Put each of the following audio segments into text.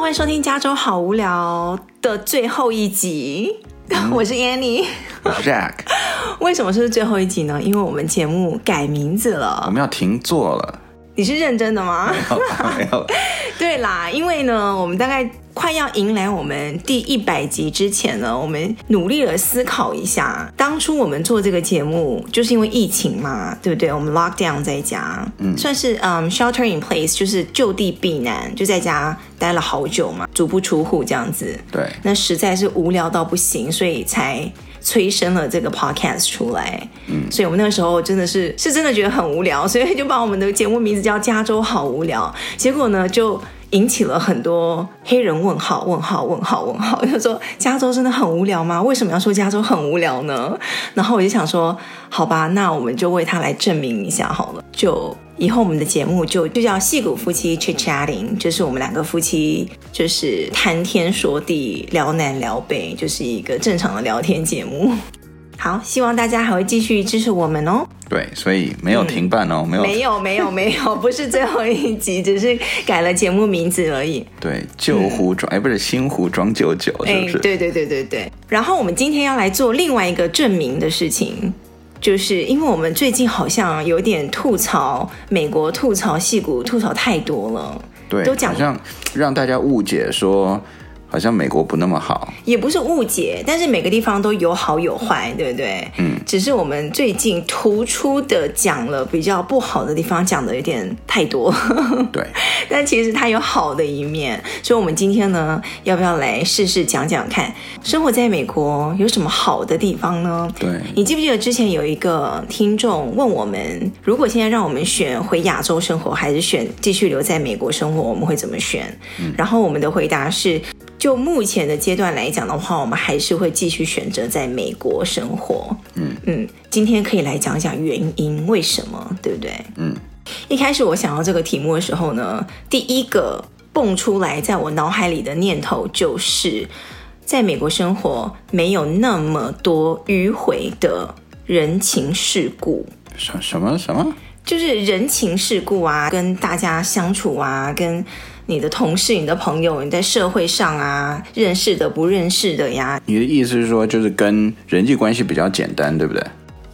欢迎收听《加州好无聊》的最后一集，嗯我是 Annie。我是 Jack， 为什么是最后一集呢？因为我们节目改名字我了。们要停 坐了，哦你是认真的吗？没有了， 对啦，因为呢，我们大概快要迎来我们第一百集之前呢，我们努力了思考一下，当初我们做这个节目就是因为疫情嘛，对不对？我们 lockdown 在家，嗯，算是嗯、shelter in place，就是就地避难，就在家待了好久嘛，足不出户这样子。对，那实在是无聊到不行，所以才催生了这个 podcast 出来。嗯，所以我们那个时候真的是是真的觉得很无聊，所以就把我们的节目名字叫《加州好无聊》。结果呢，就引起了很多黑人问号、问号、问号、问号，就说加州真的很无聊吗？为什么要说加州很无聊呢？然后我就想说，好吧，那我们就为他来证明一下好了，就。以后我们的节目就就叫戏骨夫妻 chit chatting，就是我们两个夫妻就是谈天说地、聊南聊北，就是一个正常的聊天节目。 好，希望大家还会继续支持我们哦。对，所以没有停办哦，没嗯有，没有，没有，没有，不是最后一集，只是改了节目名字而已。对，旧壶装，哎，不是新壶装旧酒，是不嗯是？哎对对对对对。然后我们今天要来做另外一个证明的事情，就是因为我们最近好像有点吐槽美国、吐槽戏骨、吐槽太多了。对，都讲好像让大家误解说，好像美国不那么好，也不是误解，但是每个地方都有好有坏，对不对？嗯，只是我们最近突出的讲了比较不好的地方，讲的有点太多， 对，但其实它有好的一面，所以我们今天呢，要不要来试试讲讲看，生活在美国有什么好的地方呢？ 对你记不记得之前有一个听众问我们，如果现在让我们选回亚洲生活，还是选继续留在美国生活，我们会怎么选？然后我们的回答是，就目前的阶段来讲的话，我们还是会继续选择在美国生活。嗯嗯，今天可以来讲讲原因，为什么，对不对？嗯，一开始我想到这个题目的时候呢，第一个蹦出来在我脑海里的念头就是，在美国生活没有那么多迂回的人情世故。什什么什么，就是人情世故啊，跟大家相处啊，跟你的同事、你的朋友、你在社会上啊，认识的、不认识的呀，你的意思是说，就是跟人际关系比较简单，对不对？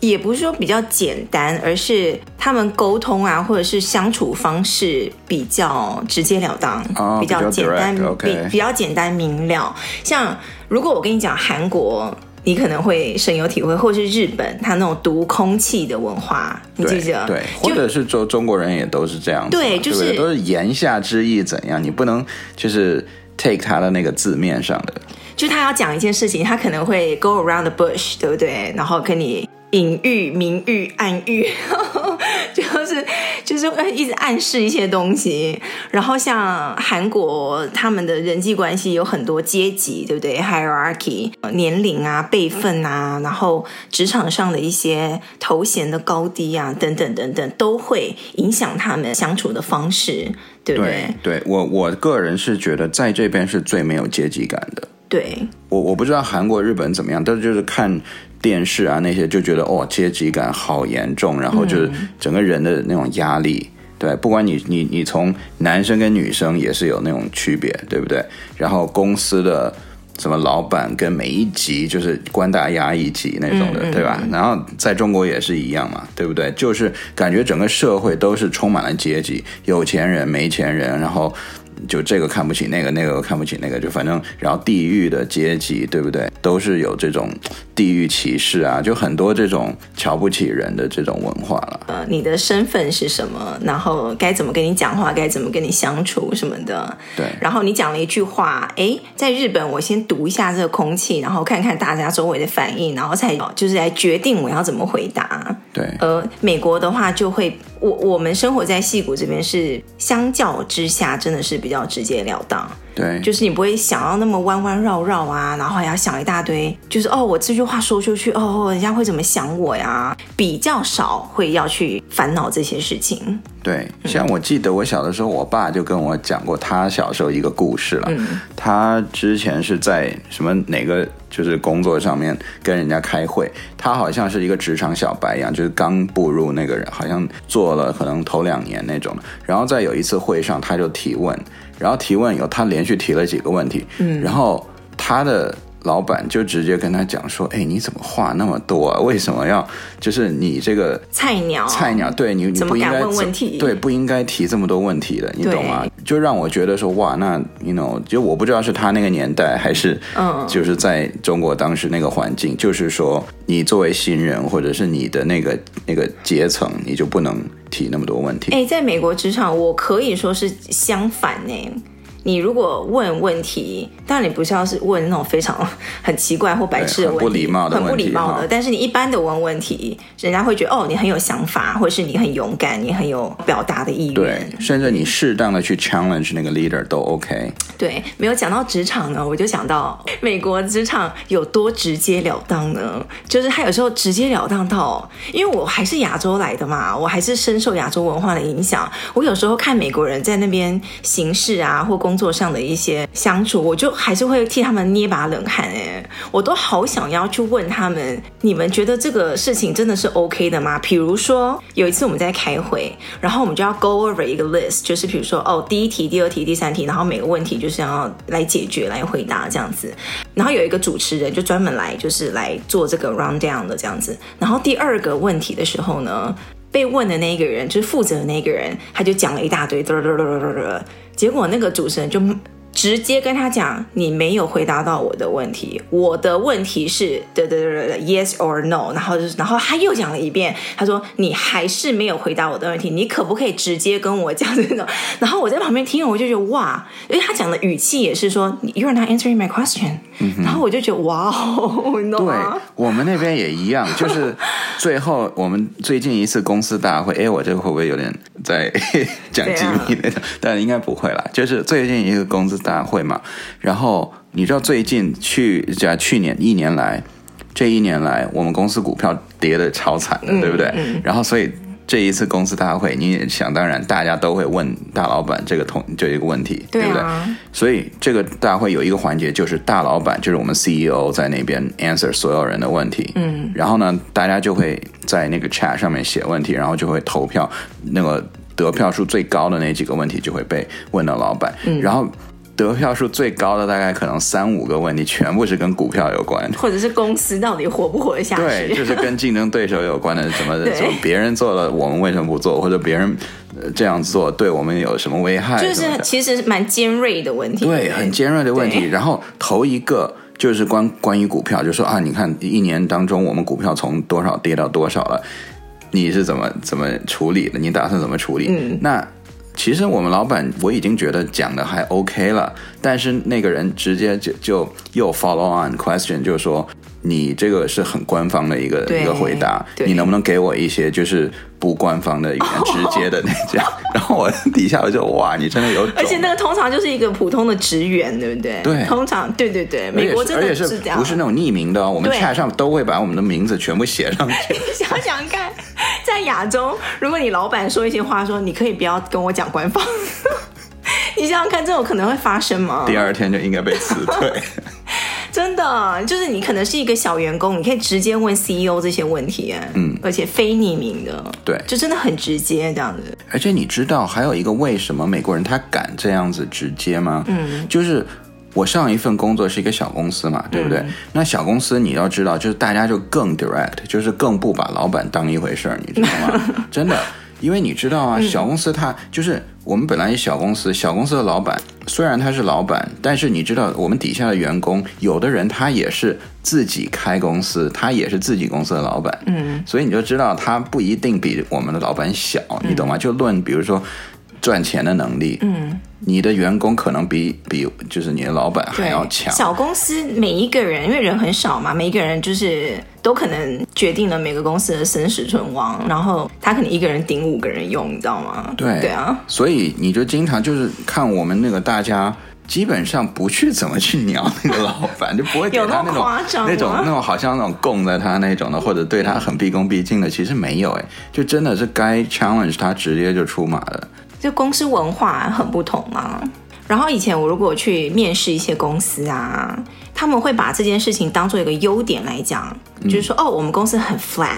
也不是说比较简单，而是他们沟通啊，或者是相处方式比较直截了当，哦比较比较简单， direct，OK 比比较简单明了。像如果我跟你讲韩国。你可能会深有体会，或是日本，它那种读空气的文化，你记对不记得？对，就或者是中中国人也都是这样子嘛，对对就不是对？都是言下之意怎样，你不能就是 take 他的那个字面上的，就他要讲一件事情，他可能会 go around the bush，对不对？然后跟你隐喻、明喻、暗喻， 就是就是会一直暗示一些东西。然后像韩国他们的人际关系有很多阶级，对不对？hierarchy，年龄啊、辈分啊，然后职场上的一些头衔的高低啊，等等等等，都会影响他们相处的方式，对不对？对我我个人是觉得在这边是最没有阶级感的。对我我不知道韩国、日本怎么样，但是就是看电视啊那些，就觉得哦，阶级感好严重，然后就是嗯整个人的那种压力。对，不管你你你从男生跟女生也是有那种区别，对不对？然后公司的什么老板跟每一级就是官大压一级那种的，对吧？然后在中国也是一样嘛，对不对？就是感觉整个社会都是充满了阶级，有钱人、没钱人，然后就这个看不起那个，那个看不起那个，就反正然后地域的阶级，对不对？都是有这种地域歧视啊，就很多这种瞧不起人的这种文化了。呃，你的身份是什么，然后该怎么跟你讲话，该怎么跟你相处什么的。对然后你讲了一句话，诶，在日本我先读一下这个空气，然后看看大家周围的反应，然后才就是来决定我要怎么回答。对而呃美国的话，就会我我们生活在戏谷这边是相较之下，真的是比较直截了当。对，就是你不会想要那么弯弯绕绕啊，然后还要想一大堆，就是哦，我这句话说出去，哦，人家会怎么想我呀？比较少会要去烦恼这些事情。对，像我记得我小的时候，我爸就跟我讲过他小时候一个故事了。他之前是在什么哪个就是工作上面跟人家开会，他好像是一个职场小白一样，就是刚步入那个人，好像做了可能头两年那种。然后在有一次会上，他就提问，然后提问以后，他连连续提了几个问题，嗯，然后他的老板就直接跟他讲说，哎，你怎么话那么多啊？为什么要就是你这个菜鸟，菜鸟，对你你啊怎么不应敢该问这问题对不应该提这么多问题的，你对懂吗？就让我觉得说哇，那 you know，就我不知道是他那个年代还是嗯就是在中国当时那个环境，就是说你作为新人或者是你的那个那个阶层，你就不能提那么多问题。哎，在美国职场，我可以说是相反呢、你如果问问题，当然你不是要是问那种非常 很奇怪或白痴的对问很题，不礼貌的很不问题礼貌的哈。但是你一般的问问题，人家会觉得哦，你很有想法，或者是你很勇敢，你很有表达的意愿。对，甚至你适当的去 challenge 那个 leader 都 OK。对，没有讲到职场呢，我就想到美国职场有多直截了当呢？就是他有时候直截了当到，因为我还是亚洲来的嘛，我还是深受亚洲文化的影响。我有时候看美国人在那边行事啊，或工作上的一些相处，我就还是会替他们捏把冷汗哎、我都好想要去问他们，你们觉得这个事情真的是 OK 的吗？比如说有一次我们在开会，然后我们就要 go over 一个 list，就是比如说哦，第一题、第二题、第三题，然后每个问题就是要来解决、来回答这样子。然后有一个主持人就专门来就是来做这个 round down 的这样子。然后第二个问题的时候呢，被问的那个人就是负责的那个人，他就讲了一大堆，嘚嘚嘚嘚嘚嘚，结果那个主持人就直接跟他讲，你没有回答到我的问题，我的问题是，对对对对对，yes or no，然后就是，然后他又讲了一遍，他说你还是没有回答我的问题，你可不可以直接跟我讲这种？然后我在旁边听，我就觉得哇，因为他讲的语气也是说，you're not answering my question，、然后我就觉得哇哦，你懂对吗？我们那边也一样，就是最后我们最近一次公司大会，哎，我这个会不会有点在讲机密那种？但应该不会啦，就是最近一个公司大会嘛。然后你知道最近去讲去年一年来，这一年来我们公司股票跌的超惨的，对不对？然后所以。这一次公司大会，你也想当然，大家都会问大老板这个同这一个问题，对不对？啊，所以这个大会有一个环节，就是大老板，就是我们 CEO 在那边 answer 所有人的问题。嗯，然后呢，大家就会在那个 chat 上面写问题，然后就会投票，那个得票数最高的那几个问题就会被问到老板。嗯，然后得票数最高的大概可能三五个问题，全部是跟股票 有关。或者是公司到底活不活得下对，去？就是跟竞争对手有关的，什么对什么别人做了，我们为什么不做，或者别人呃这样做对我们有什么危害？就什么是的其实蛮尖锐的问题，对，很尖锐的问题。对然后头一个就是关关于股票，就说啊，你看一年当中我们股票从多少跌到多少了，你是怎么怎么处理的？你打算怎么处理？嗯，那。其实我们老板我已经觉得讲的还 OK 了，但是那个人直接就就又 follow on question，就说你这个是很官方的一个对一个回答，对你能不能给我一些就是不官方的语 言，直接的那种？然后我 底下我就哇，你真的有种，而且那个通常就是一个普通的职员，对不对？对通常对对对，而美国且是真而的且是这样。不是那种匿名的、哦？我们对 chat 上都会把我们的名字全部写 上去。想想看，在亚洲，如果你老板说一些话说你可以不要跟我讲官方， 你想想看，这种可能会发生吗？第二天就应该被辞退。 真的，就是你可能是一个小员工，你可以直接问 CEO 这些问题，嗯，而且非匿名的，对就真的很直接这样子。而且你知道还有一个为什么美国人他敢这样子直接吗？嗯，就是我上一份工作是一个小公司嘛，对不对？那小公司你要知道，就是大家就更 direct，就是更不把老板当一回事儿，你知道吗？真的。因为你知道啊，小公司它就是我们本来一小公司，小公司的老板虽然他是老板，但是你知道我们底下的员工，有的人他也是自己开公司，他也是自己公司的老板，嗯，所以你就知道他不一定比我们的老板小，你嗯懂吗？就论比如说赚钱的能力，嗯，你的员工可能比比就是你的老板还对要，强，小公司每一个人，因为人很少嘛，每一个人就是都可能决定了每个公司的生死存亡，然后他可能一个人顶五个人用，你知道吗？对对啊，所以你就经常就是看我们那个大家。基本上不去怎么去鸟那个老 板，就不会给有那他么那种夸张吗那种那种好像那种供在他那种的，或者对他很毕恭毕敬的，其实没有哎，就真的是该 challenge 他直接就出马了。就公司文化很不同啊。然后以前我如果去面试一些公司啊，嗯他们会把这件事情当做一个优点来讲，就是说哦，我们公司很 flat，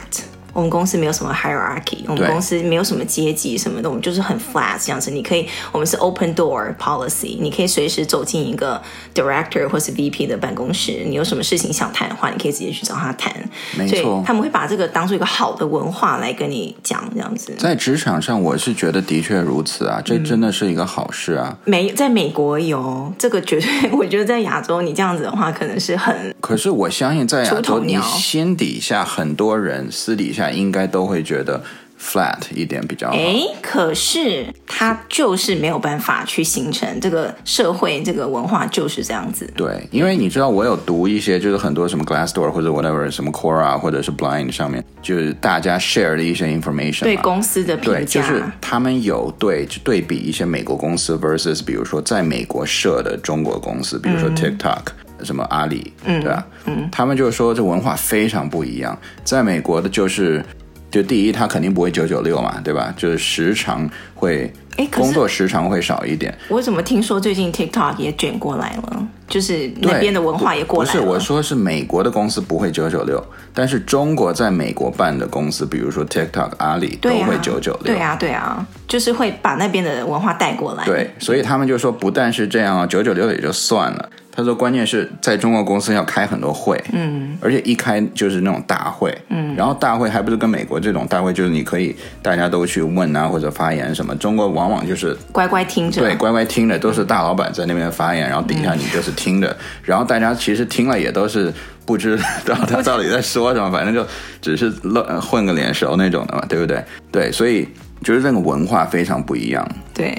我们公司没有什么 hierarchy，我们对公司没有什么阶级什么的，我们就是很 flat 这样子。你可以，我们是 open door policy，你可以随时走进一个 director 或是 VP 的办公室，你有什么事情想谈的话，你可以直接去找他谈。没所以错他们会把这个当做一个好的文化来跟你讲，这样子。在职场上，我是觉得的确如此啊，嗯这真的是一个好事啊。美在美国有这个绝对， 我觉得在亚洲你这样子的话，可能是很可是我相信在亚出洲，头你鸟心底下很多人私底下应该都会觉得 flat 一点比较好。哎，可是他就是没有办法去形成这个社会这个文化就是这样子。对，因为你知道我有读一些，就是很多什么 Glassdoor 或者 whatever 什么 Quora 或者是 Blind 上面，就是大家 share 的一些 information 对嘛公司的评价，对，就是他们有对就对比一些美国公司 versus 比如说在美国设的中国公司，比如嗯说 TikTok、什么阿里，对吧？嗯，他们就说这文化非常不一样，在美国的就是。就第一，他肯定不会九九六嘛，对吧？就是时长会，哎，可工是作时长会少一点。我怎么听说最近 TikTok 也卷过来了，就是那对边的文化也过来不了。是，我说是美国的公司不会九九六，但是中国在美国办的公司，比如说 TikTok、阿里都对啊，会九九六对。啊，对啊，就是会把那边的文化带过来。对，所以他们就说，不但是这样啊，九九六也就算了。他说，关键是在中国公司要开很多会，嗯，而且一开就是那种大会，嗯，然后大会还不是跟美国这种大会，就是你可以大家都去问啊或者发言什么。中国往往就是乖乖听着。对，嗯乖乖听着，都是大老板在那边发言，然后底下你就是听着，然后大家其实听了也都是不知道他 到底在说什么，反正就只是乱混个脸熟那种的嘛，对不对？对，所以就是那个文化非常不一样。对，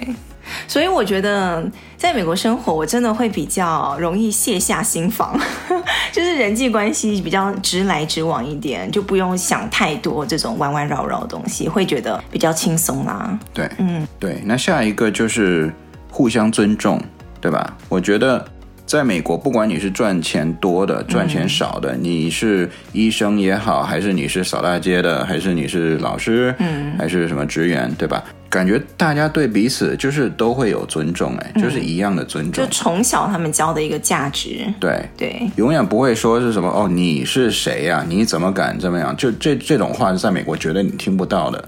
所以我觉得在美国生活，我真的会比较容易卸下心防， 就是人际关系比较直来直往一点，就不用想太多这种弯弯绕绕的东西，会觉得比较轻松啦。对，嗯，对。那下一个就是互相尊重，对吧？我觉得在美国，不管你是赚钱多的、赚钱少的，你是医生也好，还是你是扫大街的，还是你是老师，嗯，还是什么职员，对吧？感觉大家对彼此就是都会有尊重、哎、就是一样的尊重就，从小他们教的一个价值，对。对。永远不会说是什么哦，你是谁呀、你怎么敢这么样？就这这种话，在美国绝对你听不到的。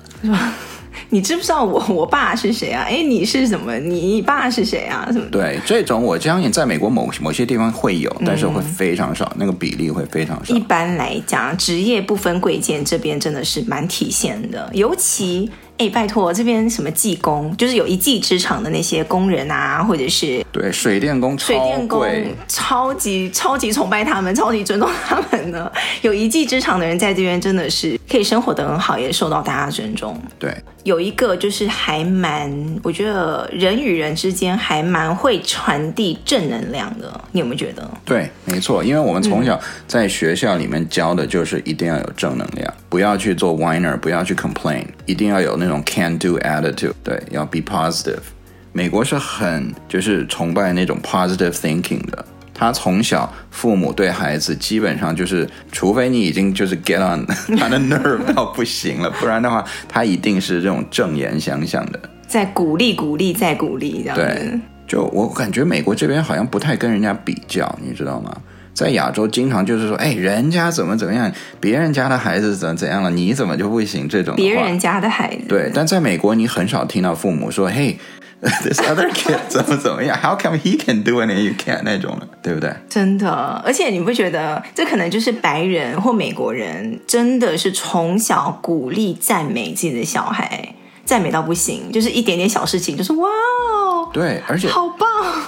你知不知道我我爸是谁啊？哎，你是什么？你你爸是谁啊？什么的？对，这种我相信在美国某某些地方会有，但是会非常少，那个比例会非常少嗯一。般来讲，职业不分贵贱，这边真的是蛮体现的。尤其，哎，拜托，这边什么技工，就是有一技之长的那些工人啊，或者是对，水电工水超电工贵，，超级超级崇拜他们，超级尊重他们的。有一技之长的人在这边真的是可以生活得很好，也受到大家尊重。对有一个就是还蛮，我觉得人与人之间还蛮会传递正能量的，你有没有觉得？对，没错，因为我们从小在学校里面教的就是一定要有正能量，不要去做 whiner，不要去 complain，一定要有那种 can do attitude，对，要 be positive。美国是很就是崇拜那种 positive thinking 的。他从小父母对孩子基本上就是，除非你已经就是 get on 他的 nerve 到不行了，不然的话，他一定是这种正言相向的。在鼓励、鼓励、再鼓励，这样子对。就我感觉美国这边好像不太跟人家比较，你知道吗？在亚洲经常就是说，哎，人家怎么怎么样，别人家的孩子怎么怎样了，你怎么就不行？这种的别话人家的孩子。对，但在美国你很少听到父母说，嘿。This other kid 怎么怎么样？How come he can do it and you can't？那种的，对不对？真的，而且你不觉得这可能就是白人或美国人真的是从小鼓励赞美自己的小孩，赞美到不行，就是一点点小事情，就是哇哦，对，而且好棒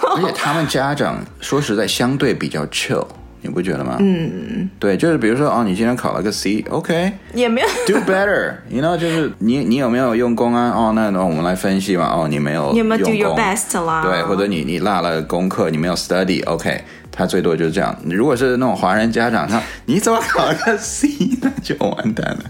哦，而且他们家长说实在相对比较 chill，你不觉得吗？嗯，对，就是比如说哦，你今天考了个 C，OK，也没有 Do better，你 you know 就是你你有没有用功啊？哦，那那我们来分析嘛。哦，你没有你有没有 do 用 your 功 best 啊啦？对，或者你你落了功课，你没有 study，OK，、他最多就是这样。如果是那种华人家长，他你怎么考了个 C，那 就完蛋了。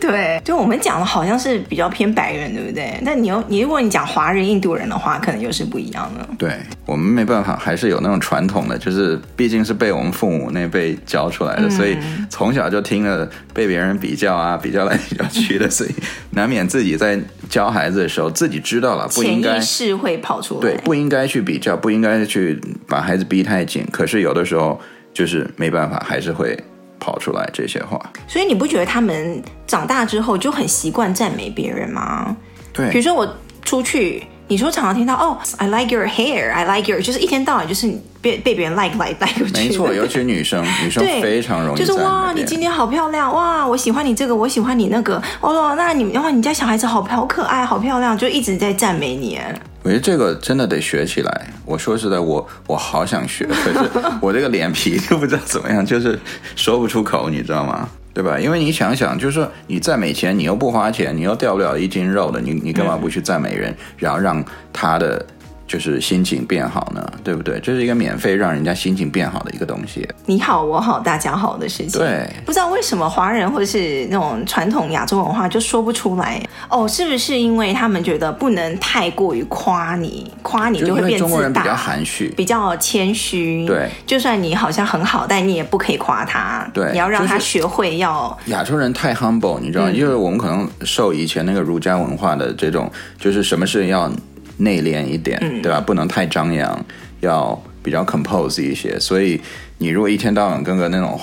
对，就我们讲的好像是比较偏白人，对不对？但你又你如果你讲华人、印度人的话，可能又是不一样的。对我们没办法，还是有那种传统的，就是毕竟是被我们父母那辈教出嗯来的，所以从小就听了被别人比较啊，比较来比较去的，所以难免自己在教孩子的时候，自己知道了不潜应该意识会跑出来，对，不应该去比较，不应该去把孩子逼太紧。可是有的时候就是没办法，还是会跑出来这些话。所以你不觉得他们长大之后就很习惯赞美别人吗？比如对，说我出去，你说常常听到哦，I like your hair，I like your，就是一天到晚就是你被被别人 like like like 过去。没错，尤其是女生，女生对，非常容易就是赞美哇，别你人今天好漂亮，哇，我喜欢你这个，我喜欢你那个，哦，那你哇，你家小孩子好好可爱，好漂亮，就一直在赞美你。我觉得这个真的得学起来。我说实在，我我好想学，可 是我这个脸皮就不知道怎么样，就是说不出口，你知道吗？对吧？因为你想想，就是说你赞美钱，你又不花钱，你又掉不了一斤肉的，你你干嘛不去赞美嗯人，然后让他的就是心情变好呢？对不对？这是一个免费让人家心情变好的一个东西。你好，我好，大家好的事情。对，不知道为什么华人或者是那种传统亚洲文化就说不出来哦，是不是因为他们觉得不能太过于夸你，夸你就会因为变中国自人比较大，含蓄，比较谦虚。对，就算你好像很好，但你也不可以夸他。对你要让他就是学会要亚洲人太 humble，你知嗯道吗，因为我们可能受以前那个儒家文化的这种，就是什么事要内敛一点，嗯对吧？不能太张扬，要比较 compose 一些。所以你如果一天到晚跟个那种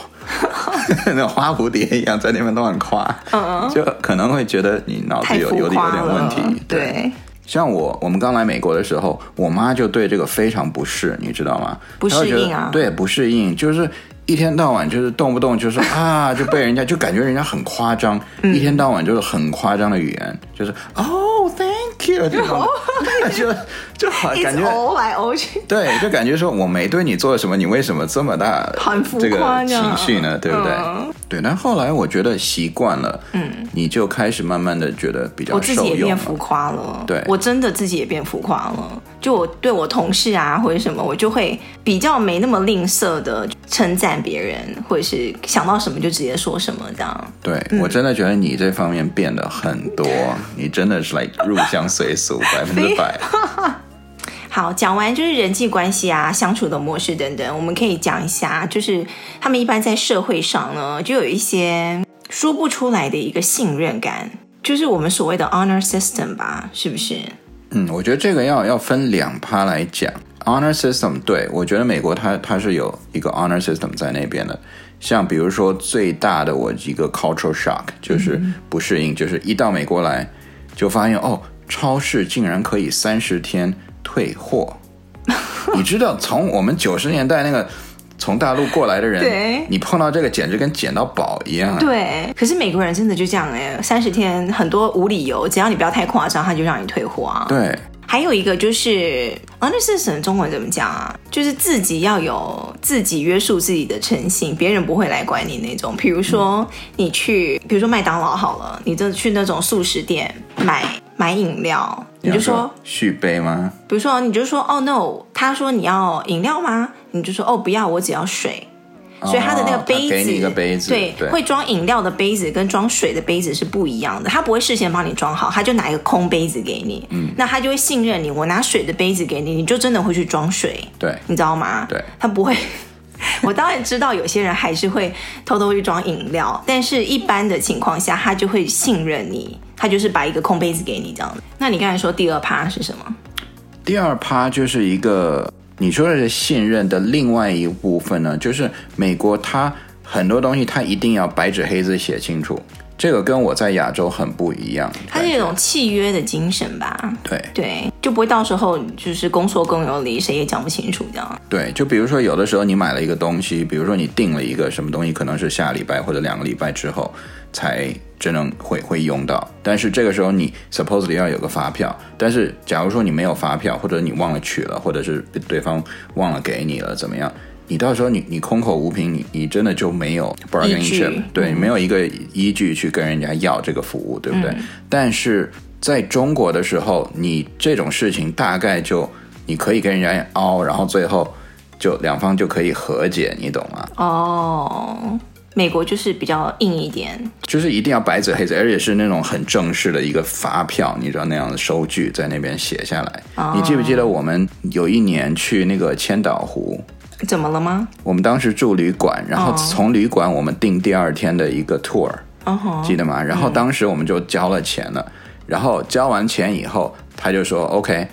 那种花蝴蝶一样在那边乱夸，就可能会觉得你脑嗯子太哦有浮有点有夸点问了。题。对，像我，我们刚来美国的时候，我妈就对这个非常不适，你知道吗？不适应啊她会觉得对，不适应，就是一天到晚就是动不动就是 啊，就被人家就感觉人家很夸张，嗯一天到晚就是很夸张的语言，就是哦、t h a n k you，这 哦种 就就好一感直觉。偶来偶去。对，就感觉说我没对你做什么，你为什么这么大很浮这个夸呢情绪呢？对不对？嗯对，但后来我觉得习惯了，嗯，你就开始慢慢的觉得比较我自己受也用变了。浮夸了，对我真的自己也变浮夸了。就我对我同事啊或者什么，我就会比较没那么吝啬的称赞别人，或者是想到什么就直接说什么这样。对、我真的觉得你这方面变得很多，你真的是 like 入乡随俗，百分之百。好，讲完就是人际关系啊、相处的模式等等，我们可以讲一下，就是他们一般在社会上呢，就有一些说不出来的一个信任感，就是我们所谓的 honor system 吧，是不是？嗯，我觉得这个要要分两趴来讲。Honor system，对我觉得美国它它是有一个 honor system 在那边的。像比如说最大的我一个 cultural shock 就是不适应，就是一到美国来就发现哦，超市竟然可以三十天 退货。你知道从我们九十年代那个从大陆过来的人对，你碰到这个简直跟捡到宝一样啊。对，可是美国人真的就这样哎、3三十天很多无理由，只要你不要太夸张，他就让你退货啊。对，还有一个就是，啊，那是什么中文怎么讲啊？就是自己要有自己约束自己的诚信，别人不会来管你那种。比如说你去，比如说麦当劳好了，你就去那种速食店买买饮料，你就要说续杯吗？比如说，你就说哦 no，他说你要饮料吗？你就说哦不要，我只要水。所以他的那个他杯子，哦给你一个杯子对，对会装饮料的杯子跟装水的杯子是不一样的。他不会事先帮你装好，他就拿一个空杯子给你，嗯，那他就会信任你。我拿水的杯子给你，你就真的会去装水，对你知道吗？对他不会。 我当然知道有些人还是会偷偷去装饮料，但是一般的情况下，他就会信任你，他就是把一个空杯子给你这样。那你刚才说第二趴是什么？第二趴就是一个你说的信任的另外一部分呢，就是美国它很多东西它一定要白纸黑字写清楚，这个跟我在亚洲很不一样。它是一种契约的精神吧？对对，就不会到时候就是公说公有理，谁也讲不清楚这样。对，就比如说有的时候你买了一个东西，比如说你订了一个什么东西，可能是下礼拜或者两个礼拜之后才真正会会用到，但是这个时候你 supposedly 要有个发票，但是假如说你没有发票，或者你忘了取了，或者是对方忘了给你了，怎么样？你到时候你你空口无凭，你你真的就没有 bargaining 依据嗯 chip，对，没有一个依据去跟人家要这个服务，对不对？但是在中国的时候，你这种事情大概就你可以跟人家凹，然后最后就两方就可以和解，你懂吗？哦，美国就是比较硬一点，就是一定要白纸黑字，而且是那种很正式的一个发票，你知道那样的收据在那边写下来。你记不记得我们有一年去那个千岛湖？怎么了吗？我们当时住旅馆，然后从旅馆我们订第二天的一个 tour，、哦吼，记得吗？然后当时我们就交了钱了，然后交完钱以后，他就说 OK，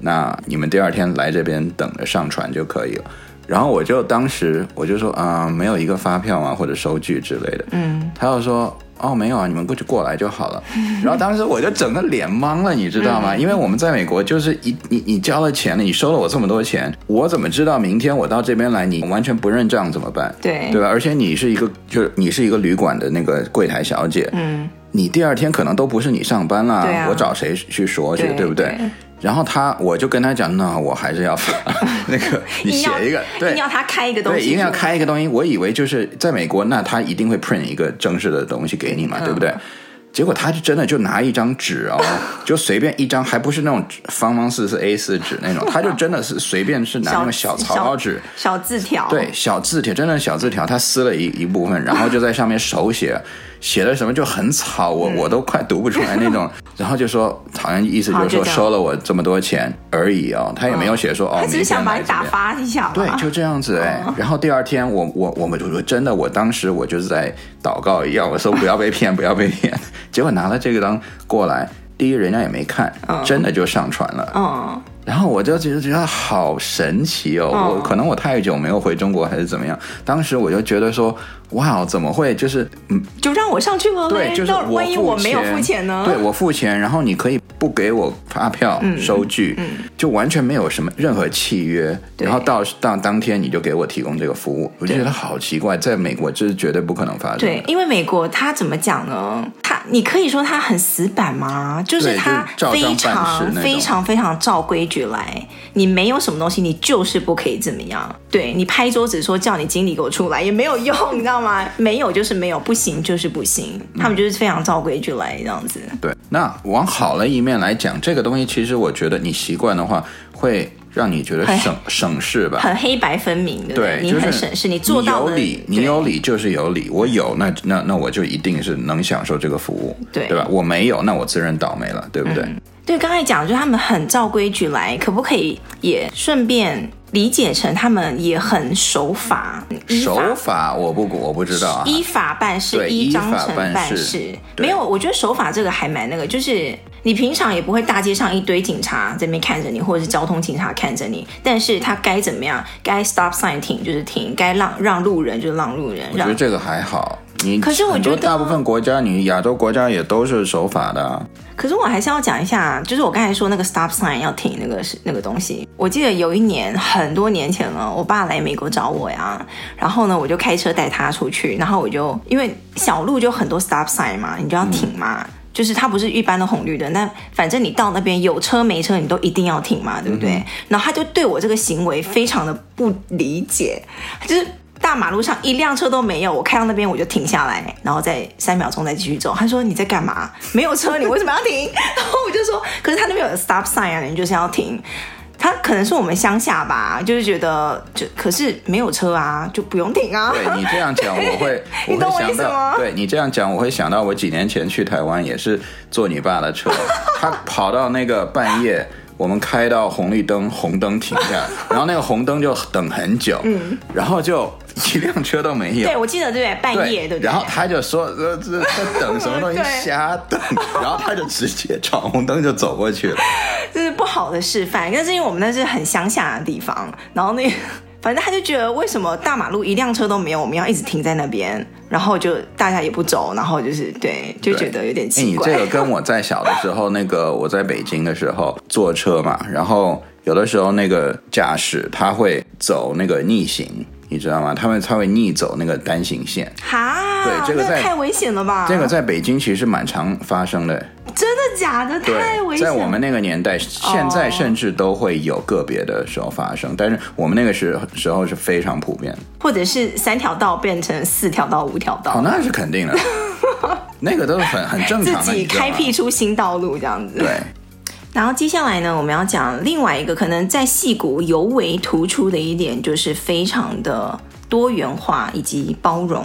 那你们第二天来这边等着上船就可以了。然后我就当时我就说啊、没有一个发票啊或者收据之类的，嗯，他就说。哦，没有啊，你们过去过来就好了。然后当时我就整个脸懵了，你知道吗？因为我们在美国就是一你你交了钱了，你收了我这么多钱，我怎么知道明天我到这边来你完全不认账怎么办？对对吧？而且你是一个就是你是一个旅馆的那个柜台小姐，嗯，你第二天可能都不是你上班啦，对啊我找谁去说去，对对不对？对然后他，我就跟他讲，那我还是要发 那个，你硬写要一个，对硬，要他 开一个东对，西，一定要。开一个东西。我以为就是在美国，那他一定会 print 一个正式的东西给你嗯嘛，对不对？结果他就真的就拿一张纸 哦，就随便一张，还不是那种方方四四 A 四纸 那种，他就真的是随便是拿那种小草稿纸，小字条，对，小字条，真的小字条，他撕了一一部分，然后就在上面手写， 写的什么就很草，嗯我我都快读不出来那 种。然后就说，好像意思就是好就说这样收了我这么多钱而已哦，他也没有写说哦，他只是明天想把来你怎么打样发哦一下吧。对，就这样子哎、然后第二天我，我我我我真的，我当时我就是在祷告一样，我说不要被骗，不要被骗。 结果拿了这个当过来，第一人家也没看，哦真的就上传了。嗯，然后我就觉得觉得好神奇哦，嗯我可能我太久没有回中国还是怎么样，当时我就觉得说，哇，怎么会就是嗯，就让我上去了呗。对，就是哦那我万一我没有付钱钱呢？嗯对我付钱，然后你可以不给我发票、收据、就完全没有什么任何契约，对然后到到当天你就给我提供这个服务，我就觉得好奇怪，在美国这是绝对不可能发生的。对，因为美国他怎么讲呢？他你可以说他很死板吗？就是对他就是照非章办事常那种非常非常照规矩来，你没有什么东西，你就是不可以怎么样。对你拍桌子说叫你经理给我出来也没有用，你知道吗？没有就是没有，不行就是不行，他嗯们就是非常照规矩来这样子。对，那往好的一面来讲，这个东西其实我觉得你习惯的话，会让你觉得很省省事吧，很黑白分明，对不对，你就是很省事，你做到有了，理，你对有理就是有理，我有那那那我就一定是能享受这个服务，对嗯对吧？我没有，那我自认倒霉了，对不对？对，刚才讲就是他们很照规矩来，可不可以也顺便理解成他们也很守法，嗯依法手法我不我不知道啊，依法办事，对依依章法程办办事事。对没有，我觉得守法这个还蛮那个，就是你平常也不会大街上一堆警察在那边看着你，或者是交通警察看着你，但是他该怎么样，该 stop sign 停就是停，该让让路人就让路人，我觉让得这个还好。你可是我很多觉得大部分国家，你亚洲国家也都是守法的啊。可是我还是要讲一下，就是我刚才说那个 stop sign 要停那个是那个东西。我记得有一年很多年前了，我爸来美国找我呀，然后呢，我就开车带他出去，然后我就因为小路就很多 stop sign 嘛，你就要停嘛。就是它不是一般的红绿灯，但反正你到那边有车没车，你都一定要停嘛，对不对？然后他就对我这个行为非常的不理解，就是大马路上一辆车都没有，我开到那边我就停下来，然后再三秒钟再继续走。他说你在干嘛？没有车，你为什么要停？然后我就说，可是他那边有 stop sign 啊，你就是要停。他可能是我们乡下吧，就是觉得就可是没有车啊，就不用停 啊。对你这样讲，我会你我懂我会意想思吗到，对你这样讲，我会想到我几年前去台湾也是坐你爸的车， 他跑到那个半夜。我们开到红绿灯，红灯停 下，然后那个红灯就等很久，嗯，然后就一辆车都没有，对，我记得对不对？半夜对不对？然后他就说：“呃，这在等什么东西 对？瞎等。”然后他就直接闯红灯就走过去了。这是不好的示范，但是因为我们那是很乡下的地方，然后那 反正他就觉得为什么大马路一辆车都没有，我们要一直停在那边，然后就大家也不走，然后就是对，就觉得有点哎，奇你怪。这个跟我在小的时候，那个我在北京的时候坐车嘛，然后有的时候那个驾驶他会走那个逆行，你知道吗？他们他会逆走那个单行线。哈，对这个那在太危险了吧？这个在北京其实蛮常发生的，真的假的？对太，危险在了。我们那个年哦代，现在甚至都会有个别的时候发生，但是我们那个时候时候是非常普遍的。或者是三条道变成四条道、五条道，哦，那是肯定 的，那个都是很很正自常的。啊己你知道吗开辟出新道路这样子。对，然后接下来呢，我们要讲另外一个可能在戏骨尤为突出的一点，就是非常的多元化以及包容，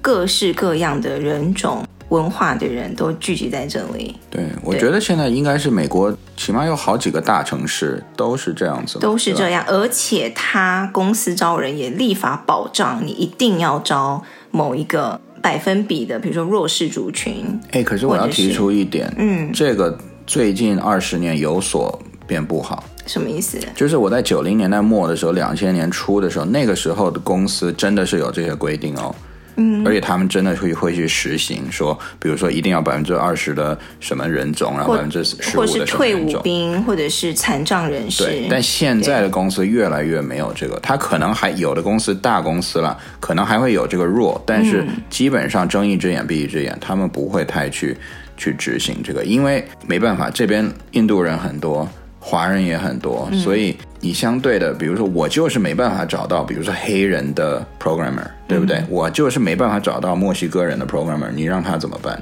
各式各样的人种、文化的人都聚集在这里，对，我对觉得现在应该是美国，起码有好几个大城市都是这样子嘛，都是对吧这样。而且他公司招人也立法保障，你一定要招某一个百分比的，比如说弱势族群。哎，可是我要或者是提出一点，嗯这个最近二十年有所变不好。什么意思？就是我在九零年代末的时候，两千年初的时候，那个时候的公司真的是有这些规定哦。嗯，而且他们真的会会去实行，说，比如说一定要百分之二十的什么人种，然后或百分之十或五是的什么退人伍种。兵，或者是残障人士。对，但现在的公司越来越没有这个，它可能还有的公司大公司了，可能还会有这个 rule，但是基本上睁一只眼闭一只眼，他们不会太去去执行这个，因为没办法，这边印度人很多，华人也很多，所以你相对的，比如说我就是没办法找到，比如说黑人的 programmer，对不对？我就是没办法找到墨西哥人的 programmer，你让他怎么办？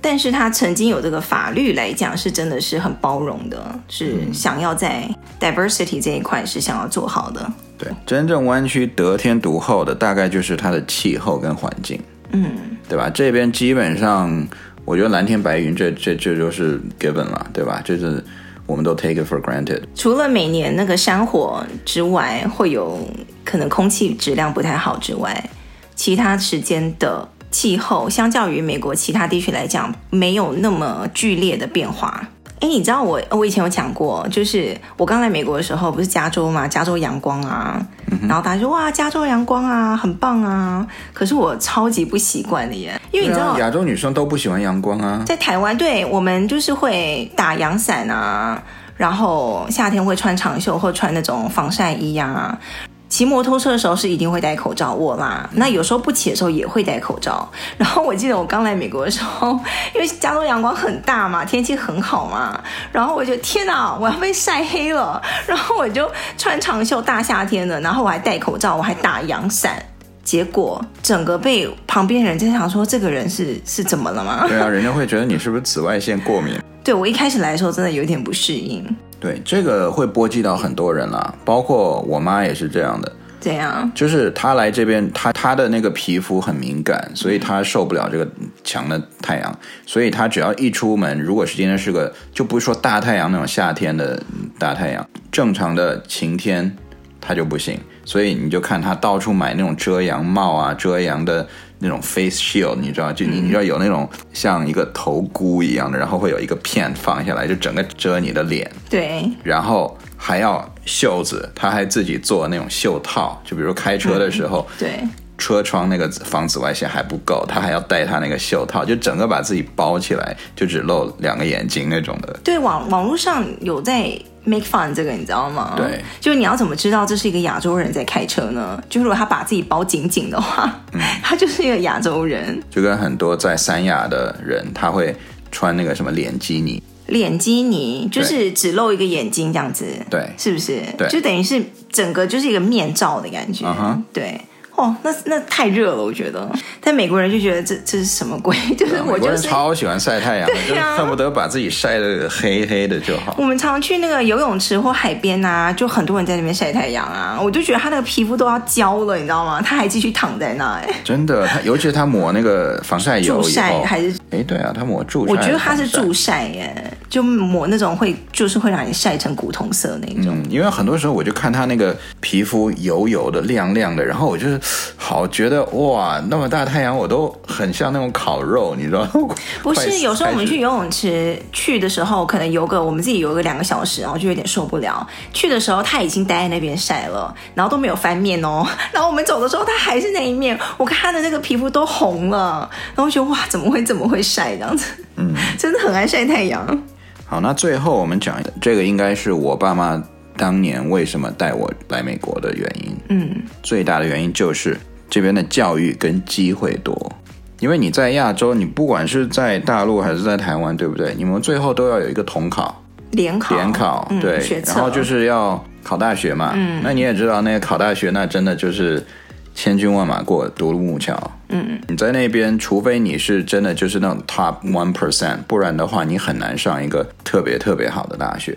但是他曾经有这个法律来讲，是真的是很包容的，是想要在 diversity 这一块是想要做好的。对，真正湾区得天独厚的，大概就是它的气候跟环境，嗯，对吧？这边基本上，我觉得蓝天白云这，这这就是 given 了，对吧？这是我们都 take it for granted。除了每年那个山火之外，会有可能空气质量不太好之外，其他时间的气候，相较于美国其他地区来讲，没有那么剧烈的变化。哎，你知道我我以前有讲过，就是我刚来美国的时候，不是加州嘛，加州阳光啊，嗯然后大家说哇，加州阳光啊，很棒啊。可是我超级不习惯的耶，因为你知对道啊，亚洲女生都不喜欢阳光啊，在台湾，对我们就是会打阳伞啊，然后夏天会穿长袖或穿那种防晒衣啊。骑摩托车的时候是一定会戴口罩，我啦。那有时候不骑的时候也会戴口罩。然后我记得我刚来美国的时候，因为加州阳光很大嘛，天气很好嘛，然后我就天哪，我要被晒黑了。然后我就穿长袖，大夏天的，然后我还戴口罩，我还打阳伞。结果整个被旁边人在想说，这个人是是怎么了吗？ 对啊，人家会觉得你是不是紫外线过敏？对我一开始来的时候真的有点不适应，对，这个会波及到很多人啦，包括我妈也是这样的。这样就是他来这边，他他的那个皮肤很敏感，所以他受不了这个强的太阳，所以他只要一出门，如果是今天是个就不是说大太阳那种夏天的大太阳，正常的晴天他就不行，所以你就看他到处买那种遮阳帽啊，遮阳的。那种 face shield，你知道，就你你知道有那种像一个头箍一样的，然后会有一个片放下来，就整个遮你的脸。对，然后还要袖子，他还自己做那种袖套，就比如开车的时候，对车窗那个防紫外线还不够，他还要戴他那个袖套，就整个把自己包起来，就只露两个眼睛那种的。对，网网络上有在 make fun 这个，你知道吗？对，就是你要怎么知道这是一个亚洲人在开车呢？就如果他把自己包紧紧的话，嗯 他就是一个亚洲人。就跟很多在三亚的人，他会穿那个什么脸基尼，脸基尼就是只露一个眼睛这样子，对是不是？对就等于是整个就是一个面罩的感觉嗯哼对。哦，那那太热了，我觉得。但美国人就觉得这这是什么鬼？ 就是美我国就人是超喜欢晒太阳的，就是呀恨不得把自己晒得黑黑的就好。我们常去那个游泳池或海边啊，就很多人在那边晒太阳啊，我就觉得他那个皮肤都要焦了，你知道吗？他还继续躺在那、哎，真的，他尤其是他抹那个防晒油助以晒后，还是？哎，对啊，他抹助晒我还防晒，觉得他是助晒耶、就抹那种会就是会让你晒成古铜色那种。嗯，因为很多时候我就看他那个皮肤油油的、亮亮的，然后我就是好觉得哇，那么大太阳我都很像那种烤肉，你知 道？不快是，有时候我们开始去游泳池去的时候，可能游个我们自己游个两个小时，然后就有点受不了。去的时候他已经待在那边晒了，然后都没有翻面哦。 然后我们走的时候他还是那一面，我看他的那个皮肤都红了，然后我觉得哇，怎么会怎么会晒这样子？嗯， 真的很爱晒太阳。好，那最后我们讲这个，应该是我爸妈当年为什么带我来美国的原因。嗯，最大的原因就是这边的教育跟机会多。因为你在亚洲，你不管是在大陆还是在台湾，对不对？你们最后都要有一个统考，联考，联考，嗯对学，测然后就是要考大学嘛。嗯，那你也知道，那个考大学那真的就是千军万马过独木桥。嗯，你在那边，除非你是真的就是那种 top one percent，不然的话，你很难上一个特别特别好的大学。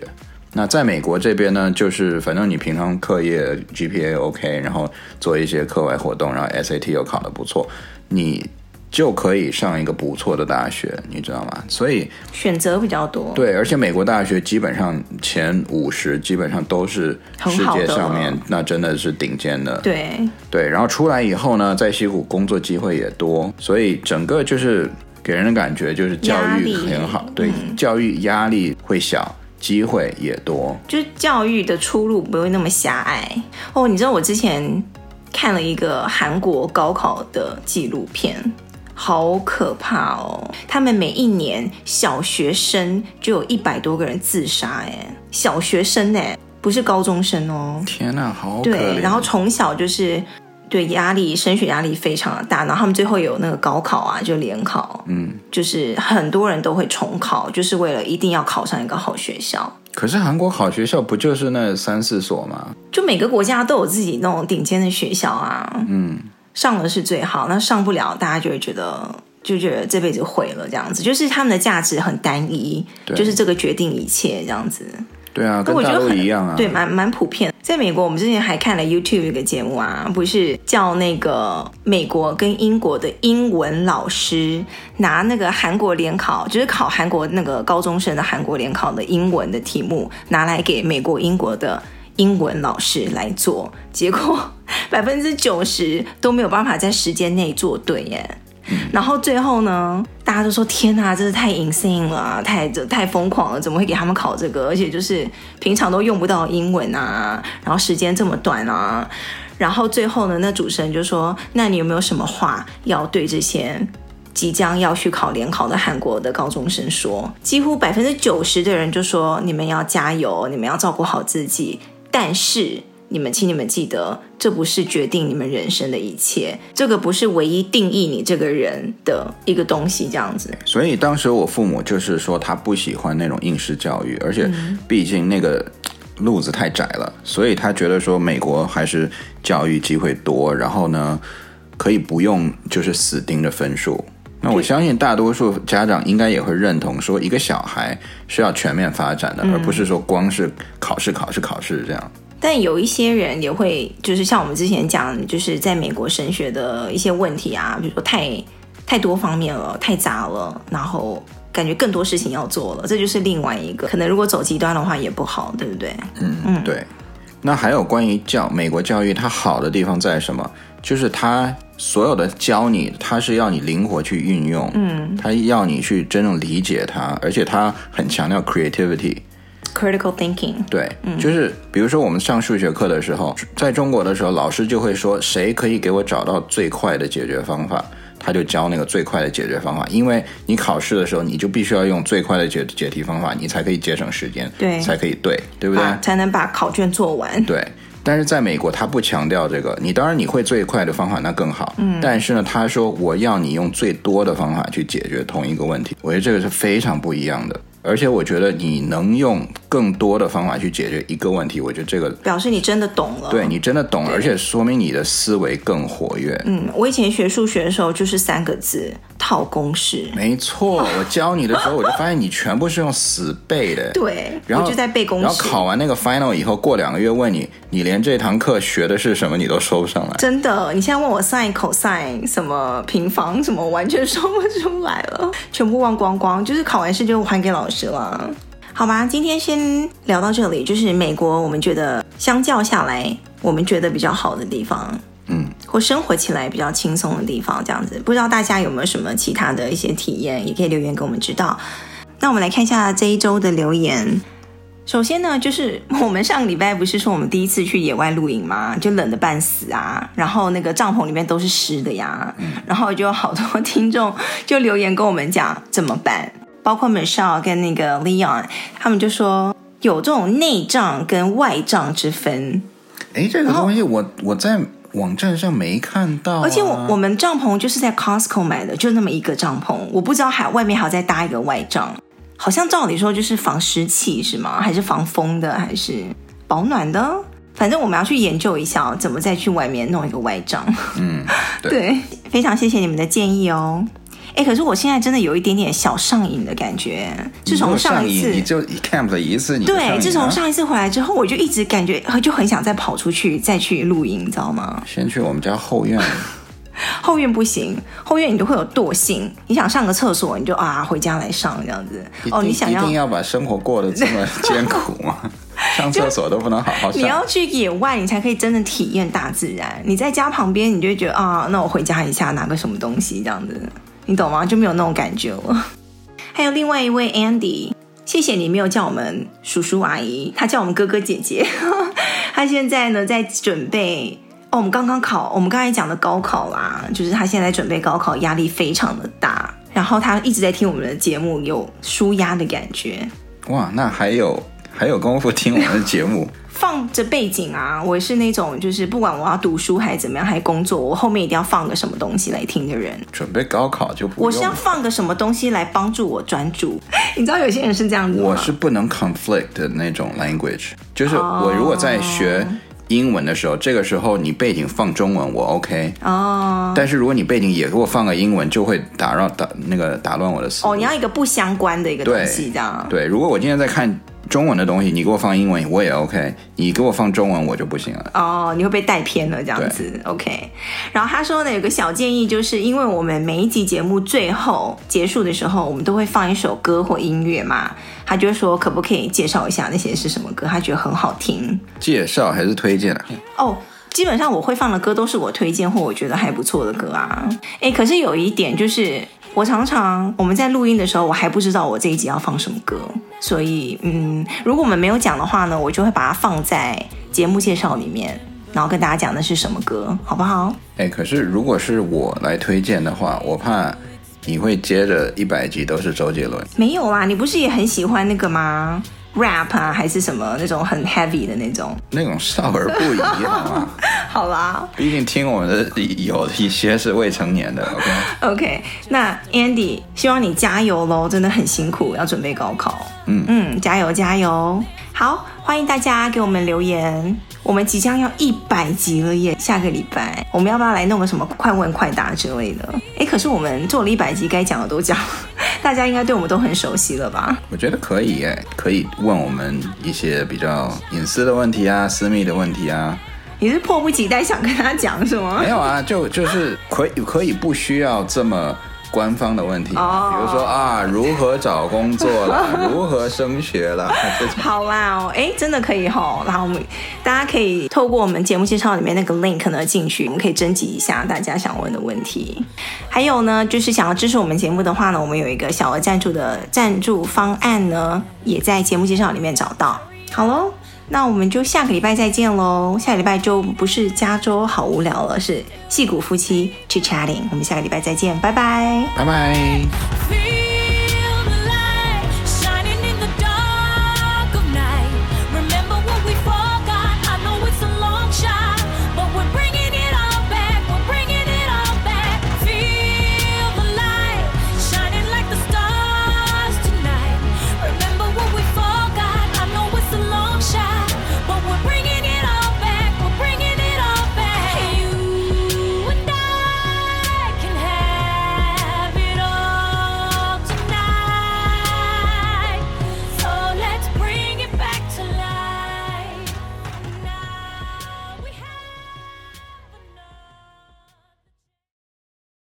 那在美国这边呢，就是反正你平常课业 GPA OK，然后做一些课外活动，然后 SAT 又考得不错，你就可以上一个不错的大学，你知道吗？所以选择比较多。，对，而且美国大学基本上前五十基本上都是很世好界的上了面那真的是顶尖的。对，对，然后出来以后呢，在西谷工作机会也多，所以整个就是给人的感觉就是教压育力嗯很好，对，教育压力会小，机会也多。就是教育的出路不会那么狭隘哦。你知道我之前看了一个韩国高考的纪录片，好可怕哦！他们每一年小学生就有一百多个人自杀，哎，小学生哎，不是高中生哦。天呐，好可对，怜。然后从小就是对压力，升学压力非常的大，然后他们最后有那个高考啊，就联考，嗯，就是很多人都会重考，就是为了一定要考上一个好学校。可是韩国好学校不就是那三四所吗？就每个国家都有自己那种顶尖的学校啊，嗯，上了是最好，那上不了，大家就会觉得就觉得这辈子毁了这样子，就是他们的价值很单一，对就是这个决定一切这样子。对啊，跟我觉大得陆很一样啊。对，蛮蛮普遍。在美国，我们之前还看了 YouTube 一个节目啊，不是叫那个美国跟英国的英文老师拿那个韩国联考，就是考韩国那个高中生的韩国联考的英文的题目，拿来给美国、英国的英文老师来做，结果 百分之九十都没有办法在时间内做对耶。然后最后呢，大家都说天呐，真是太 insane 了啊，太这太疯狂了，怎么会给他们考这个？而且就是平常都用不到英文啊，然后时间这么短啊。然后最后呢，那主持人就说：“那你有没有什么话要对这些即将要去考联考的韩国的高中生说，几乎百分之九十的人就说你们要加油，你们要照顾好自己。但是你们，请你们记得，这不是决定你们人生的一切，这个不是唯一定义你这个人的一个东西。这样子，所以当时我父母就是说他不喜欢那种应试教育，而且毕竟那个嘖路子太窄了，所以他觉得说美国还是教育机会多，然后呢可以不用就是死盯着分数。那我相信大多数家长应该也会认同，说一个小孩是要全面发展的，而不是说光是考试、考试、考试这样。但有一些人也会，就是像我们之前讲，就是在美国升学的一些问题啊，比如说太太多方面了，太杂了，然后感觉更多事情要做了，这就是另外一个可能。如果走极端的话也不好，对不对？嗯，对。那还有关于教美国教育，它好的地方在什么？就是它所有的教你，它是要你灵活去运用，嗯，它要你去真正理解它，而且它很强调 creativity， critical thinking，对，就是比如说我们上数学课的时候，在中国的时候，老师就会说谁可以给我找到最快的解决方法，他就教那个最快的解决方法，因为你考试的时候，你就必须要用最快的解解题方法，你才可以节省时间，对才可以对，啊对不对？啊把才能把考卷做完。对，但是在美国，他不强调这个。你当然你会最快的方法，那更好。嗯，但是呢，他说我要你用最多的方法去解决同一个问题，我觉得这个是非常不一样的。而且我觉得你能用更多的方法去解决一个问题，我觉得这个表示你真的懂了。对，你真的懂，而且说明你的思维更活跃。嗯，我以前学数学的时候就是三个字：套公式。没错，我教你的时候，我就发现你全部是用死背的。对，然后我就在背公然后式，考完那个 final 以后，过两个月问你，你连这堂课学的是什么你都说不上来。真的。你现在问我 sin、cosine 什么平方什么，我完全说不出来了， 全部忘光光。就是考完试就还给老师了。好吧，今天先聊到这里。就是美国，我们觉得相较下来，我们觉得比较好的地方，嗯，或生活起来比较轻松的地方，这样子。不知道大家有没有什么其他的一些体验，也可以留言给我们知道。那我们来看一下这一周的留言。首先呢，就是我们上个礼拜不是说我们第一次去野外露营嘛，就冷的半死啊，然后那个帐篷里面都是湿的呀，然后就有好多听众就留言跟我们讲怎么办，包括 Michelle 跟那个 Leon，他们就说有这种内帐跟外帐之分，哎，这个然后东西我我在网站上没看到啊、而且我我们帐篷就是在 Costco 买的，就那么一个帐篷，我不知道还外面还要再搭一个外帐，好像照理说就是防湿气是吗？还是防风的？还是保暖的？反正我们要去研究一下哦怎么再去外面弄一个外帐。 嗯，对对，非常谢谢你们的建议哦。哎，可是我现在真的有一点点小上瘾的感觉，自你从就上一瘾啊次你就 camp 了一次，你就上瘾啊对，了自从上一次回来之后，我就一直感觉呃就很想再跑出去再去露营，你知道吗？先去我们家后 院，后院不行，后院你就会有惰性，你想上个厕所，你就啊回家来上这样子一。哦，定你想一要定要把生活过得这 么艰苦吗？上厕所都不能好好你上要，去野外，你才可以真的体验大自然。你在家旁边，你就会觉得啊，那我回家一下拿个什么 东西这样子，你懂吗？就没有那种感觉了。还有另外一位 Andy，谢谢谢你没有叫我们叔叔阿姨，他叫我们哥哥姐姐。 他现在呢在准备哦，我们刚刚考，我们刚才讲的高考啦，就是他现在准备高考，压力非常的大。然后他一直在听我们的节目，有舒压的感觉，哇，那还有还有功夫听我们的节目，放着背景啊。我是那种就是不管我要读书还是怎么样，还工作，我后面一定要放个什么东西来听的人。准备高考就不我是用要了。放个什么东西来帮助我专注。你知道有些人是这样子吗？我是不能 conflict 的那种 language，就是我如果在学哦英文的时候，这个时候你背景放中文我 OK，哦但是如果你背景也给我放个英文，就会打扰打那个打乱我的思路。哦，你要一个不相关的一个东对西，这样。对，如果我今天在看中文的东西，你给我放英文我也 OK，你给我放中文我就不行了。哦，你会被带偏了这样子，OK。然后他说呢，有个小建议，就是因为我们每一集节目最后结束的时候，我们都会放一首歌或音乐嘛，他就说可不可以介绍一下那些是什么歌，他觉得很好听介绍还是推荐啊？哦。基本上我会放的歌都是我推荐或我觉得还不错的歌啊。哎，可是有一点就是，我常常我们在录音的时候，我还不知道我这一集要放什么歌，所以嗯，如果我们没有讲的话呢，我就会把它放在节目介绍里面，然后跟大家讲的是什么歌，好不好？哎，可是如果是我来推荐的话，我怕你会接着一百集都是周杰伦。没有啊啦，你不是也很喜欢那个吗？rap 啊，还是什么那种很 heavy 的那种？那种少儿不宜好吗？好啦毕竟听我们的有一些是未成年的，OK？ ，OK，那 Andy，希望你加油喽，真的很辛苦，要准备高考。嗯嗯，加油加油！好，欢迎大家给我们留言。我们即将要一百集了耶，下个礼拜我们要不要来弄个什么快问快答之类的？哎，可是我们做了一百集，该讲的都讲，大家应该对我们都很熟悉了吧？我觉得可以哎，可以问我们一些比较隐私的问题啊、私密的问题啊。你是迫不及待想跟他讲是吗没？有啊，就就是 可以可以不需要这么官方的问题，哦比如说啊，如何找工作啦，如何升学啦，这种好啦哦，哎，真的可以吼、然后我们大家可以透过我们节目介绍里面那个 link 呢进去，我们可以征集一下大家想问的问题。还有呢，就是想要支持我们节目的话呢，我们有一个小额赞助的赞助方案呢，也在节目介绍里面找到。好喽，那我们就下个礼拜再见喽。下个礼拜就不是加州好无聊了，是戏骨夫妻去 chatting。我们下个礼拜再见，拜拜。拜拜。 Feel